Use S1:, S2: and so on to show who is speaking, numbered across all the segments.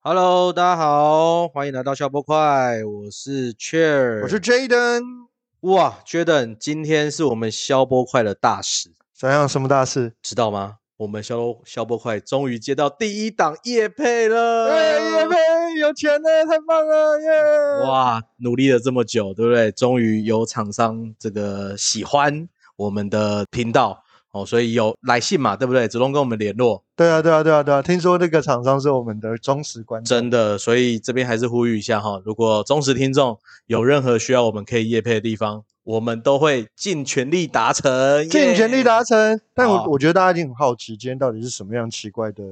S1: Hello，大家好，欢迎来到笑波快，我是 Chair，
S2: 我是 Jaden。
S1: 哇，Jaden，今天是我们消波快的大事，
S2: 怎样？什么大事？
S1: 知道吗？我们消消波快终于接到第一档夜配了，
S2: 哎，叶佩有钱了，太棒了，耶！
S1: 哇，努力了这么久，对不对？终于有厂商这个喜欢我们的频道哦，所以有来信嘛，对不对？主动跟我们联络，
S2: 对啊，对啊，对啊，对啊！听说那个厂商是我们的忠实观众，
S1: 真的，所以这边还是呼吁一下哈，如果忠实听众有任何需要我们可以夜配的地方，我们都会尽全力达成，
S2: 尽全力达
S1: 耶。
S2: 成。但我
S1: 好
S2: 我觉得大家一定很好奇，今天到底是什么样奇怪的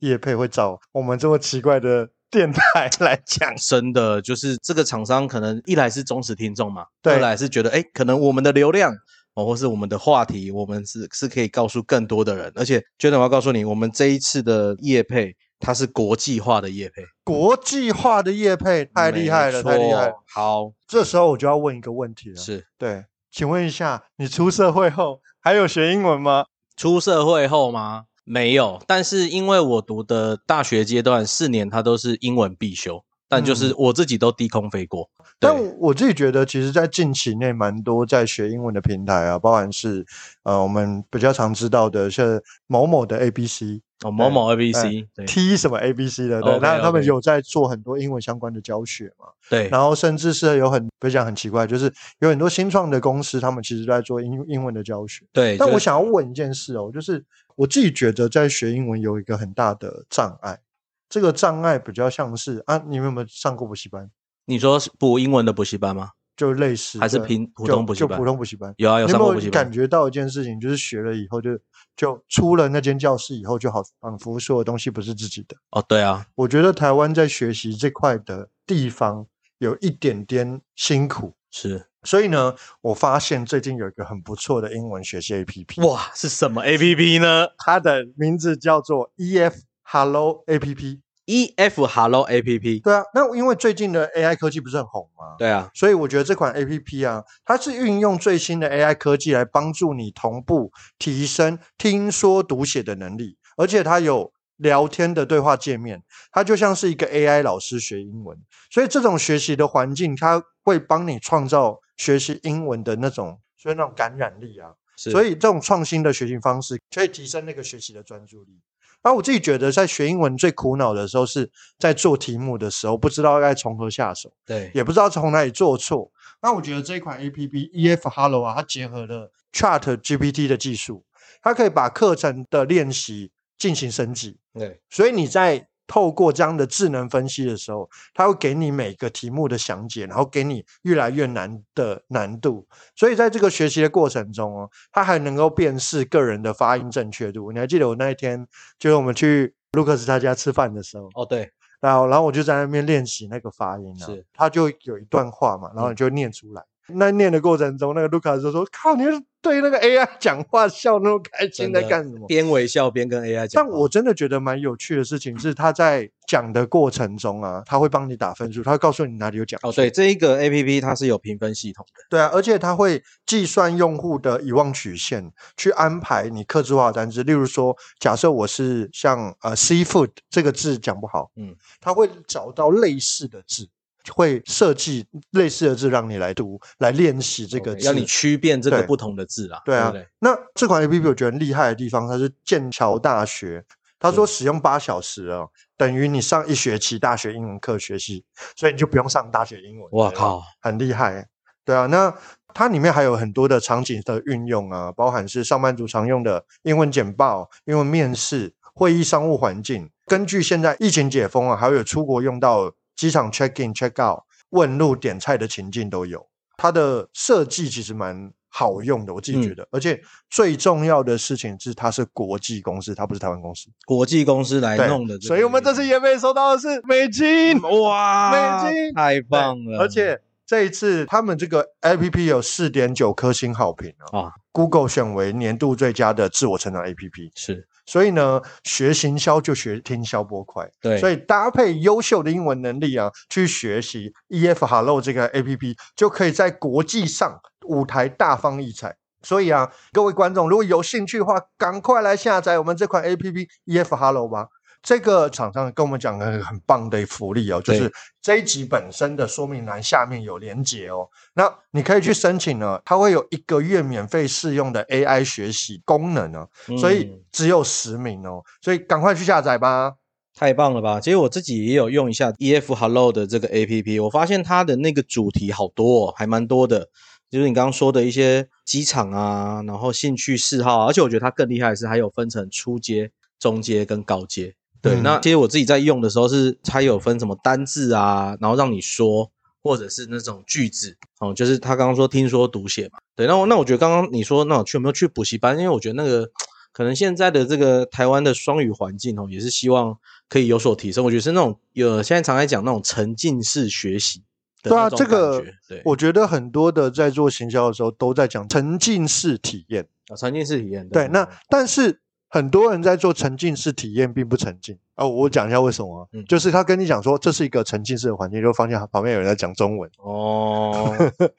S2: 叶佩会找我们这么奇怪的 电台来讲？
S1: 真的就是这个厂商可能一来是忠实听众嘛，
S2: 对
S1: 二来是觉得哎，诶可能我们的流量哦，或是我们的话题，我们是是可以告诉更多的人，而且 j a 我要告诉你，我们这一次的夜配它是国际化的夜配，
S2: 国际化的叶佩太厉害了，
S1: 没错
S2: 太厉害了！。
S1: 好，
S2: 这时候我就要问一个问题了，
S1: 是
S2: 对，请问一下，你出社会后还有学英文吗？
S1: 出社会后吗？没有，但是因为我读的大学阶段四年，它都是英文必修，但就是我自己都低空飞过。
S2: 嗯但
S1: 对
S2: 我自己觉得，其实，在近期内蛮多在学英文的平台啊，包含是呃，我们比较常知道的，像某某的 A B C、
S1: 哦，某某 A B C，对
S2: T 什么 A B C 的，对，
S1: OK，
S2: 那他们
S1: OK
S2: 有在做很多英文相关的教学嘛？
S1: 对，
S2: 然后甚至是有很，不是讲很奇怪，就是有很多新创的公司，他们其实都在做英英文的教学。
S1: 对。
S2: 但
S1: 就
S2: 我
S1: 是
S2: 想要问一件事哦，就是我自己觉得在学英文有一个很大的障碍，这个障碍比较像是啊，你们有没有上过补习班？
S1: 你说是补英文的补习班吗？
S2: 就类似
S1: 还是
S2: 对
S1: 平普
S2: 就
S1: 通补习
S2: 就
S1: 班
S2: 普通补习班。
S1: 有啊，有
S2: 你
S1: 上
S2: 有
S1: 过
S2: 没
S1: 补习
S2: 有
S1: 班
S2: 感。觉到一件事情，就是学了以后就就出了那间教室以后就好，仿佛所有东西不是自己的。
S1: 哦，对啊，
S2: 我觉得台湾在学习这块的地方有一点点辛苦，
S1: 是
S2: 所以呢，我发现最近有一个很不错的英文学习 APP，
S1: 哇，是什么 A P P 呢
S2: 它的名字叫做 EF Hello APP。
S1: ？E F Hello A P P。
S2: 对啊，那因为最近的 AI 科技不是很红吗？
S1: 对啊，
S2: 所以我觉得这款 A P P 啊，它是运用最新的 A I 科技来帮助你同步提升听说读写的能力，而且它有聊天的对话界面，它就像是一个 A I 老师学英文，所以这种学习的环境，它会帮你创造学习英文的那种，就是那种感染力啊。
S1: 是。
S2: 所以这种创新的学习方式可以提升那个学习的专注力。然后我自己觉得，在学英文最苦恼的时候是在做题目的时候，不知道该从何下手。
S1: 对
S2: 也不知道从哪里做错。那我觉得这一款 A P P E F Hello 啊，它结合了 Chat G P T 的技术，它可以把课程的练习进行升级。
S1: 对，
S2: 所以你在透过这样的智能分析的时候，它会给你每个题目的详解，然后给你越来越难的难度。所以在这个学习的过程中哦，它还能够辨识个人的发音正确度。你还记得我那一天，就是我们去卢克斯他家吃饭的时候，
S1: 哦对，
S2: 然后然后我就在那边练习那个发音啊
S1: 是，嗯
S2: 他就有一段话嘛，然后你就念出来。那念的过程中，那个卢卡就说：“靠，你是对那个 AI 讲话笑那么开心，在干什么
S1: 边微笑边跟 A I？”讲
S2: 但
S1: 话。
S2: 我真的觉得蛮有趣的事情是，他在讲的过程中啊，他会帮你打分数，他会告诉你哪里有讲
S1: 哦
S2: 错
S1: 对，这一个 A P P 它是有评分系统的。
S2: 对啊，而且它会计算用户的遗忘曲线，去安排你客制化的单字。例如说，假设我是像呃 seafood 这个字讲不好，
S1: 嗯
S2: 嗯，它会找到类似的字，会设计类似的字让你来读，来练习这个
S1: OK，
S2: 字。
S1: 要你区辨这个
S2: 对
S1: 不同的字啦。
S2: 对啊
S1: 不对？
S2: 那这款 A P P 我觉得很厉害的地方，它是剑桥大学，他
S1: 嗯
S2: 说使用八小时哦，等于你上一学期大学英文课学习，所以你就不用上大学英文。
S1: 哇
S2: 对
S1: 靠！
S2: 很厉害欸。对啊，那它里面还有很多的场景的运用啊，包含是上班族常用的英文简报、英文面试、会议商务环境。根据现在疫情解封啊，还有出国用到机场 check in、check out、问路、点菜的情境都有。它的设计其实蛮好用的，我自己
S1: 嗯
S2: 觉得。而且最重要的事情是，它是国际公司，它不是台湾公司。
S1: 国际公司来
S2: 对
S1: 弄的，
S2: 所以我们这次也没收到的是美金。
S1: 哇，
S2: 美金
S1: 太
S2: 对
S1: 棒了，
S2: 而且这一次他们这个 A P P 有四点九颗星好评哦
S1: 啊
S2: Google 选为年度最佳的自我成长 A P P。
S1: 是
S2: 所以呢，学行销就学听销波快，
S1: 对，
S2: 所以搭配优秀的英文能力啊，去学习 E F Hello 这个 A P P，就可以在国际上舞台大放异彩。所以啊，各位观众如果有兴趣的话，赶快来下载我们这款 A P P E F Hello 吧。这个厂商跟我们讲了很棒的福利哦，就
S1: 对
S2: 是这一集本身的说明栏下面有连结哦，那你可以去申请呢，它会有一个月免费试用的 AI 学习功能哦，所以
S1: 嗯
S2: 只有十名哦，所以赶快去下载吧。
S1: 太棒了吧！其实我自己也有用一下 EF Hello 的这个 APP，我发现它的那个主题好多、哦，还蛮多的。就是你刚刚说的一些机场啊，然后兴趣嗜好啊、而且我觉得它更厉害的是还有分成初阶、中阶跟高阶。对，
S2: 嗯
S1: 那其实我自己在用的时候是它有分什么单字啊，然后让你说，或者是那种句子哦，就是他刚刚说听说读写嘛。对，那我那我觉得刚刚你说那我去有没有去补习班？因为我觉得那个可能现在的这个台湾的双语环境哦，也是希望可以有所提升。我觉得是那种有现在常在讲那种沉浸式学习的
S2: 对啊
S1: 那种
S2: 这个
S1: 感觉对
S2: 我觉得很多的在做行销的时候都在讲沉浸式体验，
S1: 啊沉浸式体验
S2: 对，那但是很多人在做沉浸式体验并不沉浸哦，我讲一下为什么啊、
S1: 嗯
S2: 就是他跟你讲说这是一个沉浸式的环境，就发现旁边有人在讲中文，
S1: 哦，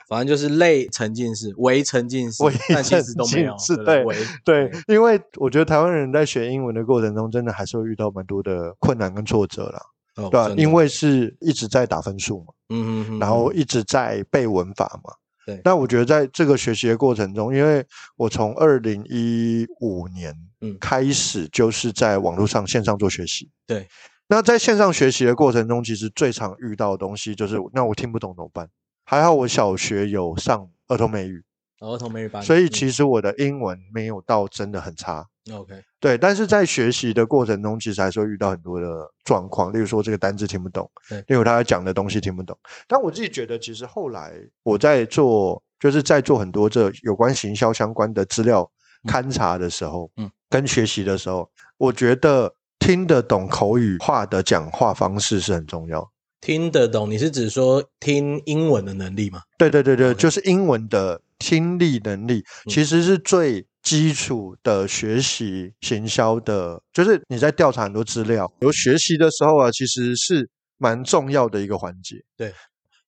S1: 反正就是类沉浸式、微沉浸式
S2: 微，
S1: 但其实都没有
S2: 沉浸式
S1: 不对
S2: 对
S1: 微
S2: 对，因为我觉得台湾人在学英文的过程中，真的还是会遇到蛮多的困难跟挫折啦，
S1: 哦
S2: 对吧、啊
S1: 真的
S2: 因为是一直在打分数嘛，
S1: 嗯嗯嗯，
S2: 然后
S1: 嗯
S2: 一直在背文法嘛。
S1: 对
S2: 那我觉得在这个学习的过程中，因为我从二零一五年
S1: 嗯
S2: 开始就是在网络上线上做学习。
S1: 对，
S2: 那在线上学习的过程中，其实最常遇到的东西就是，那我听不懂怎么办？还好我小学有上儿童美语，
S1: 然后儿童美语班，
S2: 所以
S1: 嗯
S2: 其实我的英文没有到真的很差。
S1: OK，
S2: 对，但是在学习的过程中，其实还是会遇到很多的状况，例如说这个单字听不懂
S1: 对，
S2: 例如他讲的东西听不懂。但我自己觉得，其实后来我在做，就是在做很多这有关行销相关的资料
S1: 嗯
S2: 勘察的时候，
S1: 嗯，
S2: 跟学习的时候，我觉得听得懂口语化的讲话方式是很重要。
S1: 听得懂，你是指说听英文的能力吗？
S2: 对对对对，
S1: OK
S2: 就是英文的听力能力，
S1: 哦嗯
S2: 其实是最基础的学习行销的，就是你在调查很多资料，有学习的时候啊，其实是蛮重要的一个环节。
S1: 对，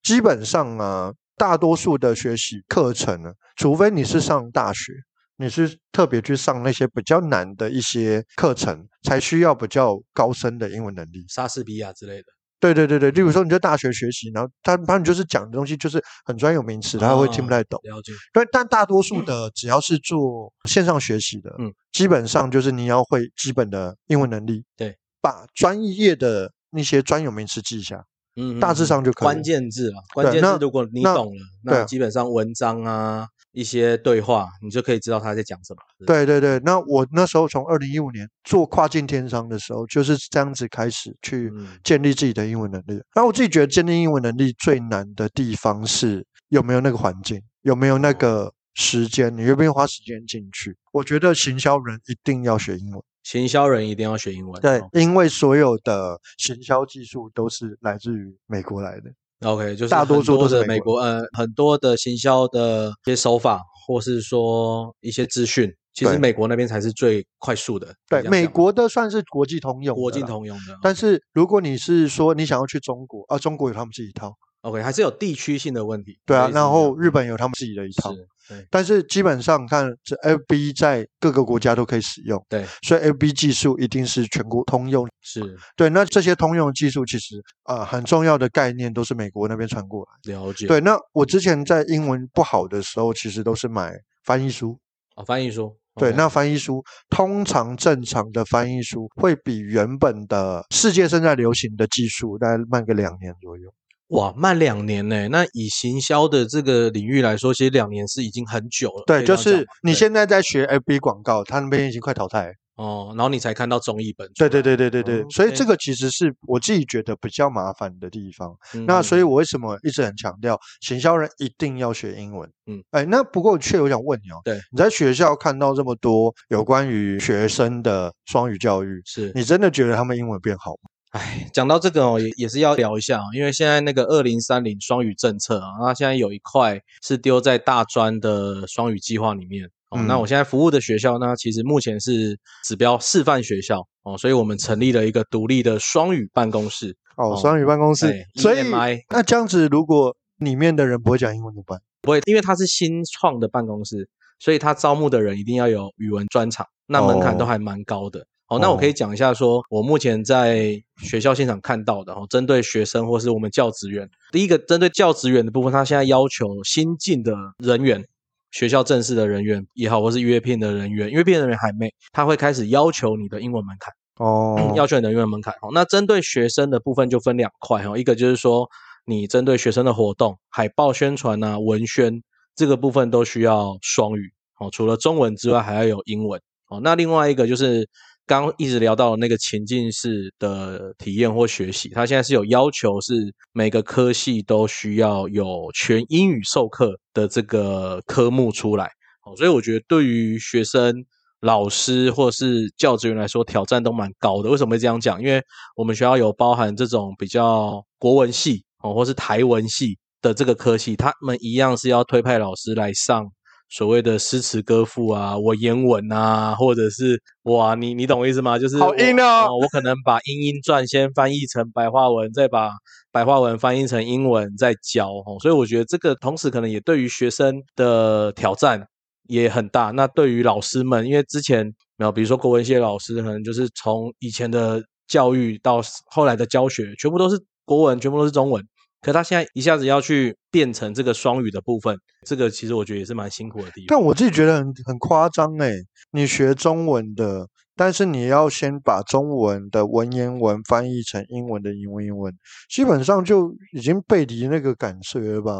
S2: 基本上啊，大多数的学习课程呢、除非你是上大学。你是特别去上那些比较难的一些课程，才需要比较高深的英文能力。
S1: 莎士比亚之类的，
S2: 对对对对，例如
S1: 嗯
S2: 说你在大学学习，然后他他们就是讲的东西就是很专有名词，他会听不
S1: 啊
S2: 太懂。
S1: 了解。
S2: 但但大多数的只要是做线上学习的，
S1: 嗯，
S2: 基本上就是你要会基本的英文能力，
S1: 对，
S2: 把专业的那些专有名词记一下，
S1: 嗯，
S2: 大
S1: 嗯
S2: 致上就可以了
S1: 关键字啊，关键
S2: 那
S1: 字如果你
S2: 那
S1: 懂了，
S2: 对
S1: 那
S2: 啊
S1: 基本上文章啊一些对话，你就可以知道他在讲什么。是不是，
S2: 对对对，那我那时候从二零一五年做跨境电商的时候，就是这样子开始去
S1: 嗯
S2: 建立自己的英文能力。那、我自己觉得建立英文能力最难的地方是有没有那个环境，有没有那
S1: 哦
S2: 个时间，你愿不愿意花时间进去？我觉得行销人一定要学英文。
S1: 行销人一定要学英文。
S2: 对
S1: 哦，
S2: 因为所有的行销技术都是来自于美国来的。
S1: OK，就是
S2: 大多
S1: 很
S2: 数都是
S1: 的
S2: 美
S1: 美
S2: 国
S1: 国，呃，很多的行销的一些手法，或是说一些资讯，其实
S2: 对
S1: 美国那边才是最快速的。可以
S2: 对，
S1: 这样
S2: 美
S1: 讲吗
S2: 国的算是国际通用，
S1: 国际。通用的。
S2: 但是如果你是说你想要去中国啊，中国有他们自己一套，
S1: OK，还是有地区性的问题。
S2: 对啊
S1: 所，以是
S2: 然
S1: 一
S2: 后
S1: 样
S2: 日本有他们自己的一套。
S1: 是，对
S2: 但是基本上看，这 FB 在各个国家都可以使用，
S1: 对
S2: 所以 FB 技术一定是全国通用。
S1: 是
S2: 对，那这些通用技术其实呃很重要的概念都是美国那边传过来。
S1: 了解。
S2: 对，那我之前在英文不好的时候，其实都是买翻译书，
S1: 哦，翻译书。
S2: 对，
S1: OK
S2: 那翻译书通常正常的翻译书会比原本的世界正在流行的技术大概慢个两年左右。
S1: 哇，慢两年呢、那以行销的这个领域来说，其实两年是已经很久了。可
S2: 对，
S1: 以这
S2: 就
S1: 样讲
S2: 是
S1: 吧
S2: 你
S1: 对
S2: 现在在学 FB 广告，它那边已经快淘汰了。
S1: 哦，然后你才看到综艺本出
S2: 对
S1: 来。
S2: 对对对对对，所以这
S1: 哦
S2: 个其实是我自己觉得比较麻烦的地方。
S1: 嗯，
S2: 那
S1: 嗯
S2: 所以，
S1: 嗯
S2: 我为什么一直很强调行销人一定要学英文？
S1: 嗯，
S2: 哎，那不过却我想问你哦，
S1: 对
S2: 你在学校看到这么多有关于学生的双语教育，
S1: 是
S2: 你真的觉得他们英文变好吗？
S1: 哎，讲到这个哦，也也是要聊一下、哦，因为现在那个二零三零双语政策啊，那现在有一块是丢在大专的双语计划里面。哦，那
S2: 嗯
S1: 我现在服务的学校呢，其实目前是指标示范学校哦，所以我们成立了一个独立的双语办公室。
S2: 哦
S1: 哦，
S2: 双语办公室，
S1: 对，E
S2: 所以
S1: EMI
S2: 那这样子，如果里面的人不会讲英文怎么办？
S1: 不会，因为它是新创的办公室，所以它招募的人一定要有语文专长，那门槛都
S2: 哦
S1: 还蛮高的。哦，那我可以讲一下说，我目前在学校现场看到的，哦，针对学生或是我们教职员，第一个针对教职员的部分，他现在要求新进的人员，学校正式的人员也好，或是约聘的人员，约聘的人员还没，他会开始要求你的英文门槛。
S2: 哦，
S1: 嗯要求你的英文门槛。哦，那针对学生的部分就分两块哦，一个就是说你针对学生的活动、海报宣传啊、文宣这个部分都需要双语哦，除了中文之外还要有英文哦。那另外一个就是刚刚一直聊到的那个情境式的体验或学习，它现在是有要求是每个科系都需要有全英语授课的这个科目出来哦，所以我觉得对于学生。老师或是教职员来说，挑战都蛮高的。为什么会这样讲？因为我们学校有包含这种比较国文系哦，或是台文系的这个科系，他们一样是要推派老师来上所谓的诗词歌赋啊、文言文啊，或者是哇，你你懂我意思吗？就是
S2: 好
S1: 我
S2: 硬哦
S1: 我可能把《英英传》先翻译成白话文，再把白话文翻译成英文再教哦。所以我觉得这个同时可能也对于学生的挑战也很大。那对于老师们，因为之前没有，比如说国文系的老师，可能就是从以前的教育到后来的教学，全部都是国文，全部都是中文。可他现在一下子要去变成这个双语的部分，这个其实我觉得也是蛮辛苦的地方。
S2: 但我自己觉得很很夸张哎、你学中文的，但是你要先把中文的文言文翻译成英文的英文英文，基本上就已经背离那个感觉了吧？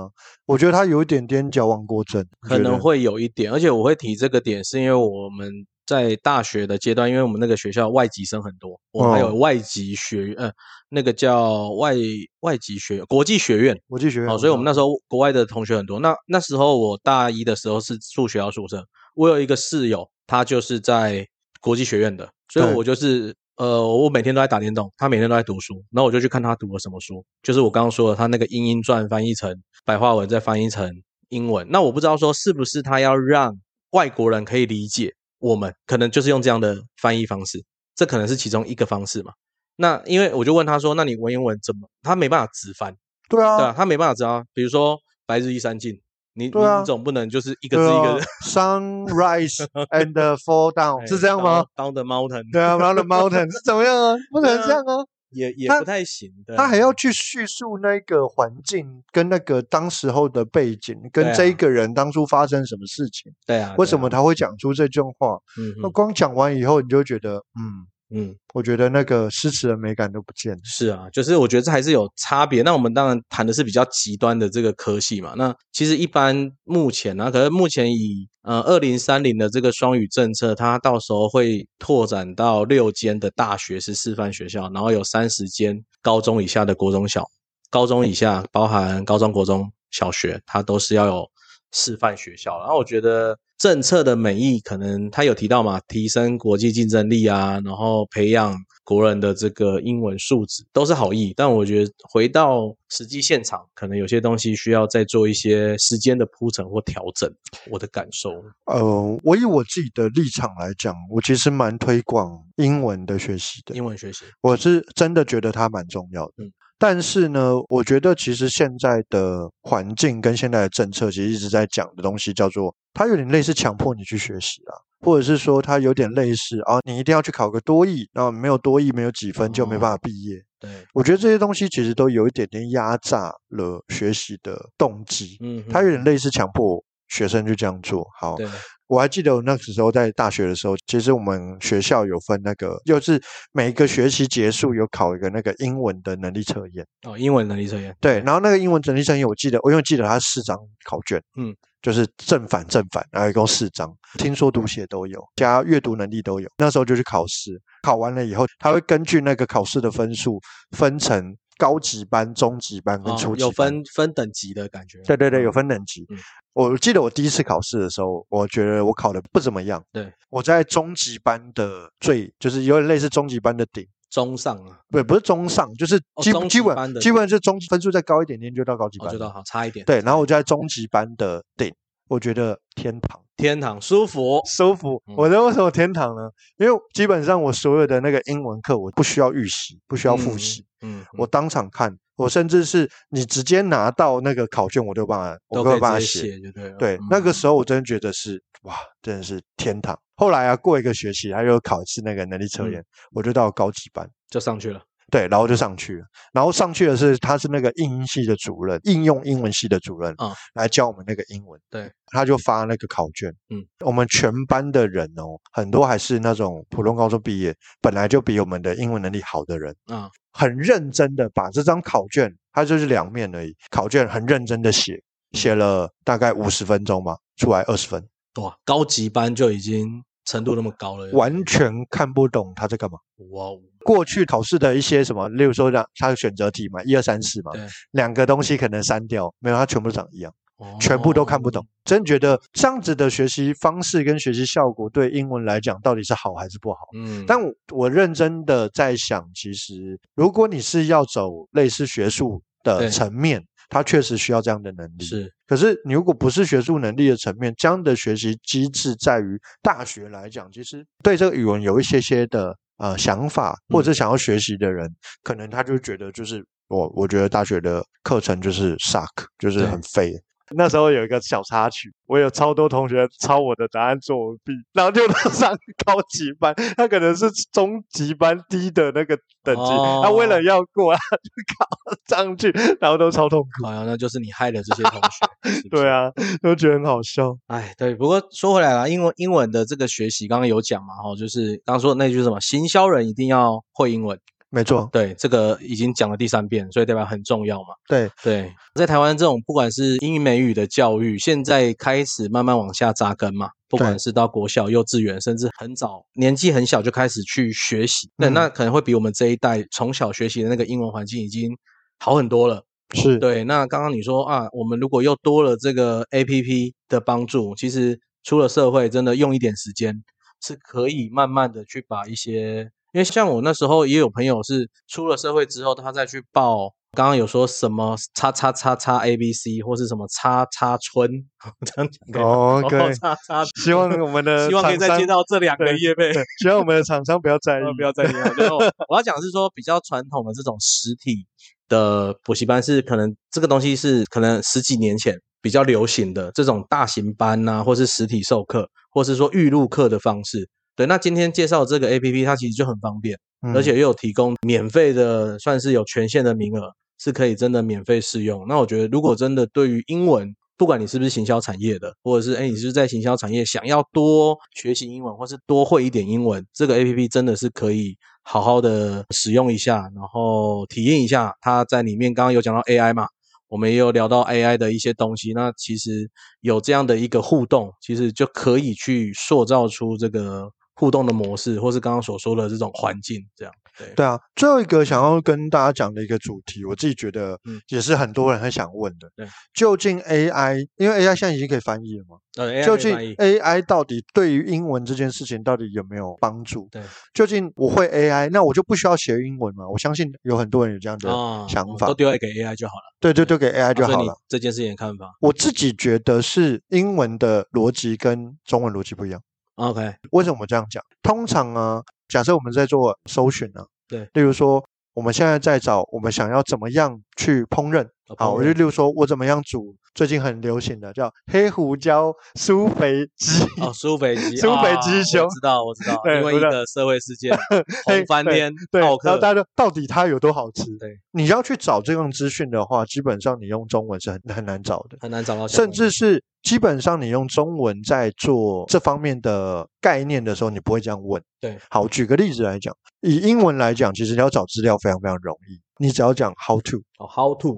S2: 我觉得他有一点点矫枉过正，你
S1: 可
S2: 觉
S1: 能
S2: 得
S1: 会有一点，而且我会提这个点，是因为我们在大学的阶段，因为我们那个学校外籍生很多，我们还有
S2: 哦
S1: 外籍学院，呃，那个叫外外籍学国际学院，
S2: 国际学院
S1: 哦，
S2: 很
S1: 所以我们
S2: 好
S1: 那时候国外的同学很多。那那时候我大一的时候是住学校宿舍，我有一个室友，他就是在国际学院的，所以
S2: 对
S1: 我就是呃，我每天都在打电动，他每天都在读书，然后我就去看他读了什么书，就是我刚刚说的他那个《英英传》翻译成白话文，再翻译成英文。那我不知道说是不是他要让外国人可以理解我们，可能就是用这样的翻译方式，这可能是其中一个方式嘛。那因为我就问他说，那你文言文怎么？他没办法直翻。
S2: 对啊，
S1: 对啊，他没办法知道。比如说白日依山尽，你、
S2: 对
S1: 你
S2: 啊
S1: 你总不能就是一个字
S2: 对
S1: 一
S2: 啊
S1: 个字、哎
S2: ，sunrise and fall down 是这样吗？
S1: ？Down the mountain，
S2: 对啊，round the mountain 是怎么样啊？不能这样啊！
S1: 也也
S2: 他
S1: 不太行啊的。
S2: 他还要去叙述那个环境跟那个当时候的背景，跟
S1: 对啊
S2: 这一个人当初发生什么事情，
S1: 对啊，
S2: 为
S1: 对
S2: 什么
S1: 啊？
S2: 他会讲出这句话？
S1: 嗯
S2: 那
S1: 嗯
S2: 光讲完以后，你就觉得，嗯，
S1: 嗯，
S2: 我觉得那个诗词的美感都不见了。
S1: 是啊，就是我觉得这还是有差别。那我们当然谈的是比较极端的这个科系嘛。那其实一般目前呢、啊，可是目前以呃二零三零的这个双语政策，它到时候会拓展到六间的大学是示范学校，然后有三十间高中以下的国中小，高中以下包含高中、国中小学，它都是要有示范学校。然后我觉得政策的美意，可能他有提到嘛，提升国际竞争力啊，然后培养国人的这个英文素质，都是好意。但我觉得回到实际现场，可能有些东西需要再做一些时间的铺陈或调整。我的感受，
S2: 呃，我以我自己的立场来讲，我其实蛮推广英文的学习的，
S1: 英文学习，
S2: 我是真的觉得它蛮重要的。
S1: 嗯
S2: 但是呢，我觉得其实现在的环境跟现在的政策，其实一直在讲的东西叫做，它有点类似强迫你去学习啊，或者是说它有点类似啊，你一定要去考个多益，然后没有多益没有几分就没办
S1: 哦
S2: 法毕业。
S1: 对，
S2: 我觉得这些东西其实都有一点点压榨了学习的动机，
S1: 嗯哼，
S2: 它有点类似强迫学生去这样做。好，
S1: 对，
S2: 我还记得我那个时候在大学的时候，其实我们学校有分那个，就是每一个学期结束有考一个那个英文的能力测验。
S1: 哦，英文能力测验，
S2: 对，然后那个英文能力测验，我记得我因为记得它四张考卷，
S1: 嗯，
S2: 就是正反正反，然后一共四张，听说读写都有，加阅读能力都有。那时候就去考试，考完了以后，他会根据那个考试的分数分成高级班、中级班跟
S1: 哦
S2: 初级班。
S1: 有分分等级的感觉，
S2: 对对对，有
S1: 嗯
S2: 分等级
S1: 嗯。
S2: 我记得我第一次考试的时候，我觉得我考的不怎么样。
S1: 对，
S2: 我在中级班的最，就是有点类似中级班的顶，
S1: 中上啊，
S2: 不不是中上，就是
S1: 哦
S2: 基、
S1: 中
S2: 基
S1: 级
S2: 本
S1: 班的
S2: 基本就中分数再高一点点就到高级班
S1: 我
S2: 了。
S1: 知哦道，好差一点，
S2: 对，然后我就在中级班的顶，我觉得天堂。
S1: 天堂舒服，
S2: 舒服。
S1: 嗯
S2: 我的为什么天堂呢？因为基本上我所有的那个英文课，我不需要预习，不需要复习，
S1: 嗯，嗯，
S2: 我当场看，我甚至是你直接拿到那个考卷，我都把我
S1: 都
S2: 都
S1: 可以
S2: 有办法
S1: 直接
S2: 写。
S1: 写就对了。
S2: 对
S1: 嗯，
S2: 那个时候我真的觉得是哇，真的是天堂。后来啊，过一个学期，他又考一次那个能力测
S1: 嗯
S2: 验，我就到高级班，
S1: 就上去了。
S2: 对，然后就上去了。然后上去的是他是那个应英系的主任，应用英文系的主任，
S1: 啊
S2: 来教我们那个英文。
S1: 对，
S2: 他就发那个考卷，
S1: 嗯，
S2: 我们全班的人哦，很多还是那种普通高中毕业，本来就比我们的英文能力好的人，
S1: 啊，
S2: 很认真的把这张考卷，它就是两面而已，考卷很认真的写，
S1: 嗯
S2: 写了大概五十分钟吧，出来二十分，
S1: 哇，高级班就已经程度那么高了，
S2: 完全看不懂他在干嘛。
S1: 哇哦，
S2: 过去考试的一些什么，例如说让他的选择题嘛，一二三四嘛
S1: 对，
S2: 两个东西可能删掉，没有，它全部长一样，
S1: 哦
S2: 全部都看不懂。真觉得这样子的学习方式跟学习效果对英文来讲到底是好还是不好？
S1: 哦。嗯，
S2: 但我我认真的在想，其实如果你是要走类似学术
S1: 对
S2: 的层面，它确实需要这样的能力。，
S1: 是
S2: 可是你如果不是学术能力的层面，这样的学习机制在于大学来讲，其实对这个语文有一些些的呃想法，或
S1: 嗯
S2: 者是想要学习的人，可能他就觉得就是我我觉得大学的课程就是 suck，就是
S1: 对
S2: 很废。那时候有一个小插曲，我有超多同学抄我的答案做文笔，然后就上高级班，他可能是中级班低的那个等级，他为了
S1: 哦
S2: 要过，他 就考上去，然后都超痛苦。
S1: 好像那就是你害了这些同 学。是不是
S2: 对，啊，都觉得很好笑。
S1: 哎，对。不过说回来了，英文英文的这个学习，刚刚有讲嘛，哈，就是刚刚说的那句是什么，行销人一定要会英文。
S2: 没错，
S1: 对，这个已经讲了第三遍，所以代表很重要嘛。
S2: 对，
S1: 对，在台湾这种不管是英语美语的教育，现在开始慢慢往下扎根嘛，不管
S2: 对
S1: 是到国小、幼稚园，甚至很早年纪很小就开始去学习，那、
S2: 嗯
S1: 那可能会比我们这一代从小学习的那个英文环境已经好很多了。
S2: 是，
S1: 对，那刚刚你说啊，我们如果又多了这个 A P P 的帮助，其实出了社会，真的用一点时间是可以慢慢的去把一些，因为像我那时候也有朋友是出了社会之后，他再去报。刚刚有说什么叉叉叉叉 A B C 或是什么叉叉春 这样讲可以吗
S2: 哦
S1: 哦
S2: 可以
S1: 叉叉，
S2: 希望我们 的
S1: 希望可以
S2: 厂
S1: 再接
S2: 商，
S1: 到这两个
S2: 对
S1: 业配。，
S2: 对希望我们的厂商不要在意
S1: 不要再听了。然 后我要讲的是说，比较传统的这种实体的补习班是可能这个东西是可能十几年前比较流行的这种大型班呐、或是实体授课，或是说预录课的方式。对，那今天介绍的这个 A P P，它其实就很方便，
S2: 嗯
S1: 而且又有提供免费的，算是有权限的名额，是可以真的免费试用。那我觉得，如果真的对于英文，不管你是不是行销产业的，或者是哎你是在行销产业想要多学习英文，或是多会一点英文，这个 A P P 真的是可以好好的使用一下，然后体验一下它在里面。刚刚有讲到 A I 嘛，我们也有聊到 AI 的一些东西。那其实有这样的一个互动，其实就可以去塑造出这个互动的模式，或是刚刚所说的这种环境，这样对
S2: 对啊，最后一个想要跟大家讲的一个主题，我自己觉得
S1: 嗯
S2: 也是很多人很想问的，
S1: 对，
S2: 究竟 AI，因为 AI 现在已经可以翻译了嘛，
S1: 呃 AI
S2: 究
S1: 可以
S2: 竟
S1: 翻译
S2: AI 到底对于英文这件事情到底有没有帮助？
S1: 对
S2: 究竟我会 AI，那我就不需要学英文嘛？我相信有很多人有这样的
S1: 啊
S2: 想
S1: 我
S2: 法，
S1: 都丢给 AI 就好了，
S2: 对，就丢给 AI 就
S1: 哦所以
S2: 好
S1: 你
S2: 了。
S1: 这件事情的看法
S2: 我自己觉得是英文的逻辑跟中文逻辑不一样。
S1: 啊？OK，
S2: 为什么我这样讲？通常啊，假设我们在做搜寻啊，
S1: 对，
S2: 例如说我们现在在找我们想要怎么样去烹饪，好，我就例如说我怎么样煮最近很流行的叫黑胡椒酥肥鸡，
S1: 哦，苏北极，
S2: 苏北极
S1: 啊
S2: 熊
S1: 我知道，我知道，
S2: 对
S1: 因为
S2: 我
S1: 一
S2: 知道
S1: 个社会 事件
S2: 嘿
S1: 红翻
S2: 对
S1: 天，
S2: 对，
S1: 奥
S2: 然
S1: 克，
S2: 后大家就到底它有多好吃？
S1: 对，
S2: 你要去找这样资讯的话，基本上你用中文是很很难找的，
S1: 很难找到相
S2: 甚
S1: 关的，
S2: 至是基本上你用中文在做这方面的概念的时候，你不会这样问。
S1: 对，
S2: 好，举个例子来讲，以英文来讲，其实你要找资料非常非常容易，你只要讲 how to，
S1: 哦，how to，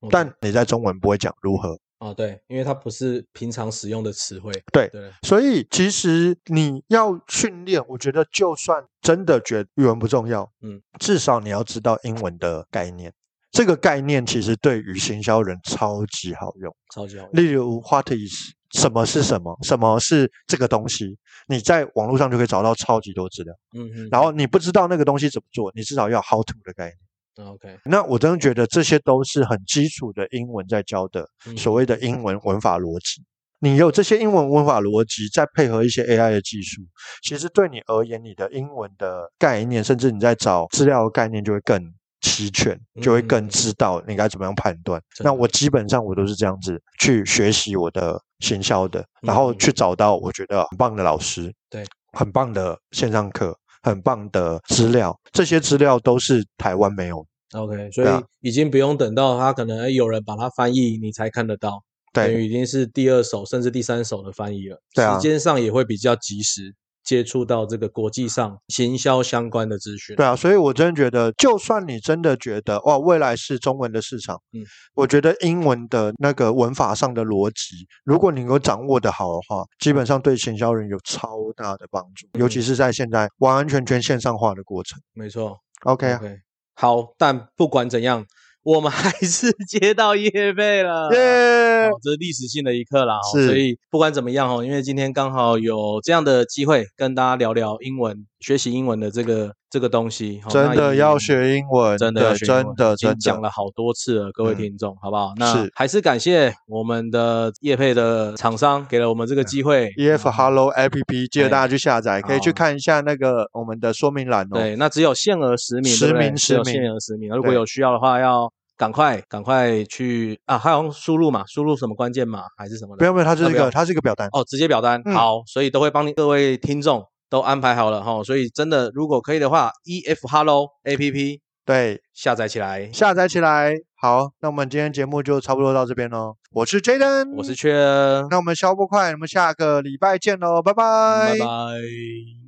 S1: OK
S2: 但你在中文不会讲如何。
S1: 哦，对，因为它不是平常使用的词汇，
S2: 对
S1: 对，
S2: 所以其实你要训练，我觉得就算真的觉得语文不重要，
S1: 嗯，
S2: 至少你要知道英文的概念。这个概念其实对于行销人超级好用。
S1: 超级好用，
S2: 例如 what is 什么是什么，什么是这个东西，你在网络上就可以找到超级多资料。
S1: 嗯嗯，
S2: 然后你不知道那个东西怎么做，你至少要 how to 的概念。
S1: 嗯 OK，
S2: 那我真的觉得这些都是很基础的英文在教的，
S1: 嗯
S2: 所谓的英文文法逻辑。你有这些英文文法逻辑，再配合一些 AI 的技术，其实对你而言，你的英文的概念，甚至你在找资料的概念就会更齐全，就会
S1: 嗯嗯
S2: 更
S1: 嗯
S2: 知道你该怎么样判断。
S1: 真
S2: 那
S1: 的
S2: 我基本上我都是这样子去学习我的行销的，然后
S1: 嗯嗯
S2: 去找到我觉得很棒的老师，
S1: 对，
S2: 很棒的线上课，很棒的资料，这些资料都是台湾没有的。
S1: OK，所以
S2: 对啊
S1: 已经不用等到他可能哎有人把它翻译，你才看得到，等
S2: 对
S1: 于已经是第二手甚至第三手的翻译了。
S2: 对啊
S1: 时间上也会比较及时接触到这个国际上行销相关的资讯。
S2: 对啊，所以我真的觉得，就算你真的觉得哇，未来是中文的市场，
S1: 嗯，
S2: 我觉得英文的那个文法上的逻辑，如果你能够掌握的好的话，基本上对行销人有超大的帮助，尤
S1: 嗯
S2: 其是在现在完完全全线上化的过程。
S1: 没错。
S2: OK 啊，
S1: OK，好，但不管怎样，我们 还是接到业费了。
S2: 耶
S1: 哦，这是历史性的一刻啦、哦，
S2: 是
S1: 所以不管怎么样哦，因为今天刚好有这样的机会跟大家聊聊英文，学习英文的这个这个东西，哦
S2: 真
S1: 那
S2: 的
S1: 也
S2: 要学英文
S1: 真的要
S2: 的
S1: 学英文
S2: 真的
S1: 已经
S2: 真的
S1: 讲了好多次了，各位
S2: 嗯
S1: 听众，好不好？那
S2: 是
S1: 还是感谢我们的业配的厂商给了我们这个机会。嗯
S2: EF E Hello APP，记得
S1: 哎
S2: 大家去下载，可以去
S1: 好
S2: 看一下那个我们的说明栏哦。
S1: 对，那只有限额实名，
S2: 实
S1: 对不对
S2: 名
S1: 只有
S2: 实
S1: 限
S2: 名
S1: 额实名。如果
S2: 对
S1: 有需要的话，要赶快赶快去啊，还有输入嘛，输入什么关键码还是什么的？
S2: 不用不用，它是
S1: 要
S2: 一
S1: 不要
S2: 个它是一个表单。
S1: 哦，直接表单、
S2: 嗯
S1: 好，所以都会帮各位听众都安排好了哈、所以真的，如果可以的话，EF Hello A P P
S2: 对，
S1: 下载起来。
S2: 下载起来。好，那我们今天节目就差不多到这边喽。我是 Jaden，
S1: 我是缺，
S2: 嗯那我们消不快，我们下个礼拜见喽，拜拜
S1: 拜拜。